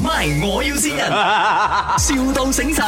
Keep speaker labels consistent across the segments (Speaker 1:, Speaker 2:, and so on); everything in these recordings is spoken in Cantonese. Speaker 1: ，MY 我要先人，,笑到醒神。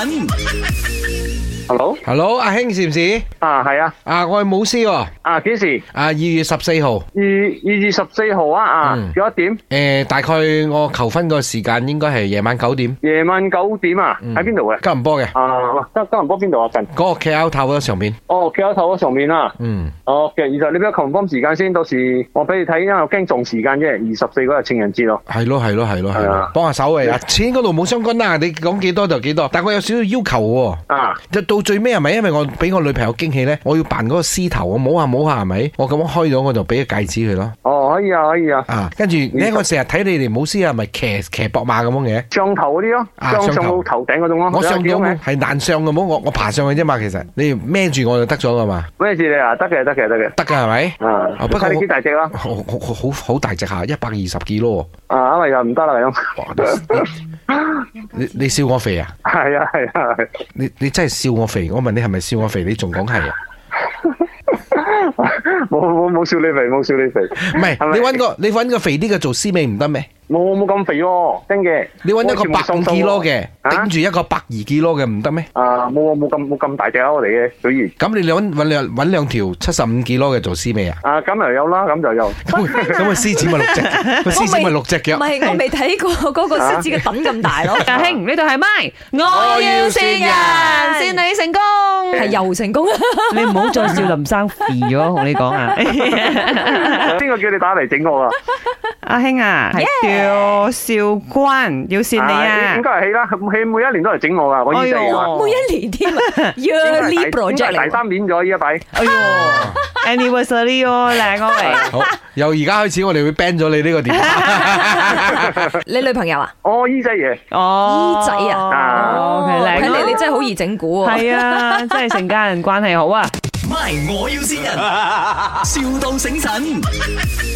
Speaker 2: Hello，
Speaker 3: Hello，阿兄是唔是？
Speaker 2: 啊係啊，
Speaker 3: 啊，我係舞師喎。啊，
Speaker 2: 啊幾時？
Speaker 3: 二月十四號，
Speaker 2: 二二月十四號啊啊
Speaker 3: 嗯，
Speaker 2: 幾多點？
Speaker 3: 诶、大概我求婚個時間應該係夜晚九點，
Speaker 2: 夜晚九點啊，
Speaker 3: 嗯
Speaker 2: 喺邊度嘅？
Speaker 3: 吉隆坡嘅
Speaker 2: 啊，哇吉吉隆坡邊度啊？近
Speaker 3: 嗰、個 KL 塔嗰上面。
Speaker 2: 哦，企喺頭嗰上面啊。
Speaker 3: 嗯，
Speaker 2: 哦，其實二十，你俾我 confirm 時間先，到時我俾你睇，因為我驚撞時間啫。二十四嗰日情人節咯。
Speaker 3: 係咯，係咯，係咯，係
Speaker 2: 係
Speaker 3: 咯
Speaker 2: 啊，
Speaker 3: 幫下手嚟啊！錢嗰度冇相干啦，你講幾多就幾多，但我有少少要求喎、
Speaker 2: 啊，
Speaker 3: 就到最尾係咪因為我俾我女朋友驚喜咧，我要扮嗰個獅頭，我摸下摸下係咪？我咁樣開咗我就俾個戒指佢咯。
Speaker 2: 哦，可以啊，可以啊，
Speaker 3: 啊，跟住咧我成日睇你哋舞獅係咪騎騎膊馬咁樣嘅？
Speaker 2: 上頭嗰啲咯，
Speaker 3: 啊
Speaker 2: 上
Speaker 3: 上
Speaker 2: 上
Speaker 3: 頭
Speaker 2: 到頭頂嗰種咯。
Speaker 3: 我上
Speaker 2: 你有
Speaker 3: 咗
Speaker 2: 見
Speaker 3: 冇
Speaker 2: 咩？
Speaker 3: 係難上嘅冇，我我爬上去啫嘛。其實你孭住我就得咗噶嘛，
Speaker 2: 咩事你啊？得嘅，得嘅，得嘅。
Speaker 3: 得㗎係咪？
Speaker 2: 啊
Speaker 3: 啊，不過
Speaker 2: 睇你幾
Speaker 3: 我
Speaker 2: 大隻啦。
Speaker 3: 好好好好好大隻下，一百二十幾咯。
Speaker 2: 啊，因為又唔得啦咁。
Speaker 3: 哇你你你笑我肥啊？
Speaker 2: 係啊，係啊，係。
Speaker 3: 你你真係笑我肥？我問你係咪笑我肥？你仲講係啊？
Speaker 2: 冇冇冇笑你肥，冇笑你肥。
Speaker 3: 唔係
Speaker 2: 係咪
Speaker 3: 你揾個你揾個肥啲嘅做師妹唔得咩？
Speaker 2: 冇冇咁肥喎，真嘅。
Speaker 3: 你揾一個
Speaker 2: 我全部
Speaker 3: 百
Speaker 2: 瘦
Speaker 3: 五
Speaker 2: 瘦
Speaker 3: K 咯
Speaker 2: 喎
Speaker 3: 嘅，
Speaker 2: 啊
Speaker 3: 頂住一個百二 K 咯嘅唔得咩？
Speaker 2: 啊，冇冇咁冇咁大隻啊！我哋嘅小兒
Speaker 3: 咁你揾揾兩揾兩條七十五 K 咯嘅做師妹 啊？
Speaker 2: 啊，咁又有啦，咁就有。
Speaker 3: 咁咁個獅子咪六 隻， 個獅子咪六隻
Speaker 4: 唔
Speaker 3: 腳。
Speaker 4: 係，我未睇過嗰個獅子嘅等咁大咯。
Speaker 5: 大兄，呢度係咪？我要善人，善你成功。
Speaker 4: 係啊又成功，
Speaker 5: 你唔好再笑林生肥咗，同你講啊！
Speaker 2: 邊個叫你打嚟整我啊？
Speaker 5: 阿兄啊，係叫少君，要善你
Speaker 2: 啊
Speaker 5: 啊
Speaker 2: 應該！係起啦，佢每一年都嚟整我噶，我依家
Speaker 5: 哎 呦
Speaker 4: 每一年添啊
Speaker 2: 應該
Speaker 4: ，yearly
Speaker 2: 係大應該
Speaker 4: project
Speaker 2: 係
Speaker 4: 嚟
Speaker 2: 第三年咗依家擺。
Speaker 5: 哎呦，anniversary 哦，靚我嚟。
Speaker 3: 好，由而家開始我哋會 ban 咗你呢個電話。
Speaker 4: 喎。你女朋友啊？
Speaker 2: 哦，姨仔爺，
Speaker 5: 哦，
Speaker 4: 姨仔啊
Speaker 5: 哦，OK，
Speaker 4: 睇
Speaker 5: 靚
Speaker 4: 嚟
Speaker 5: 咯
Speaker 4: 你真係好易整蠱啊！
Speaker 5: 係啊，真係成家人關係好啊！
Speaker 1: MY 我要先人，,笑到醒神。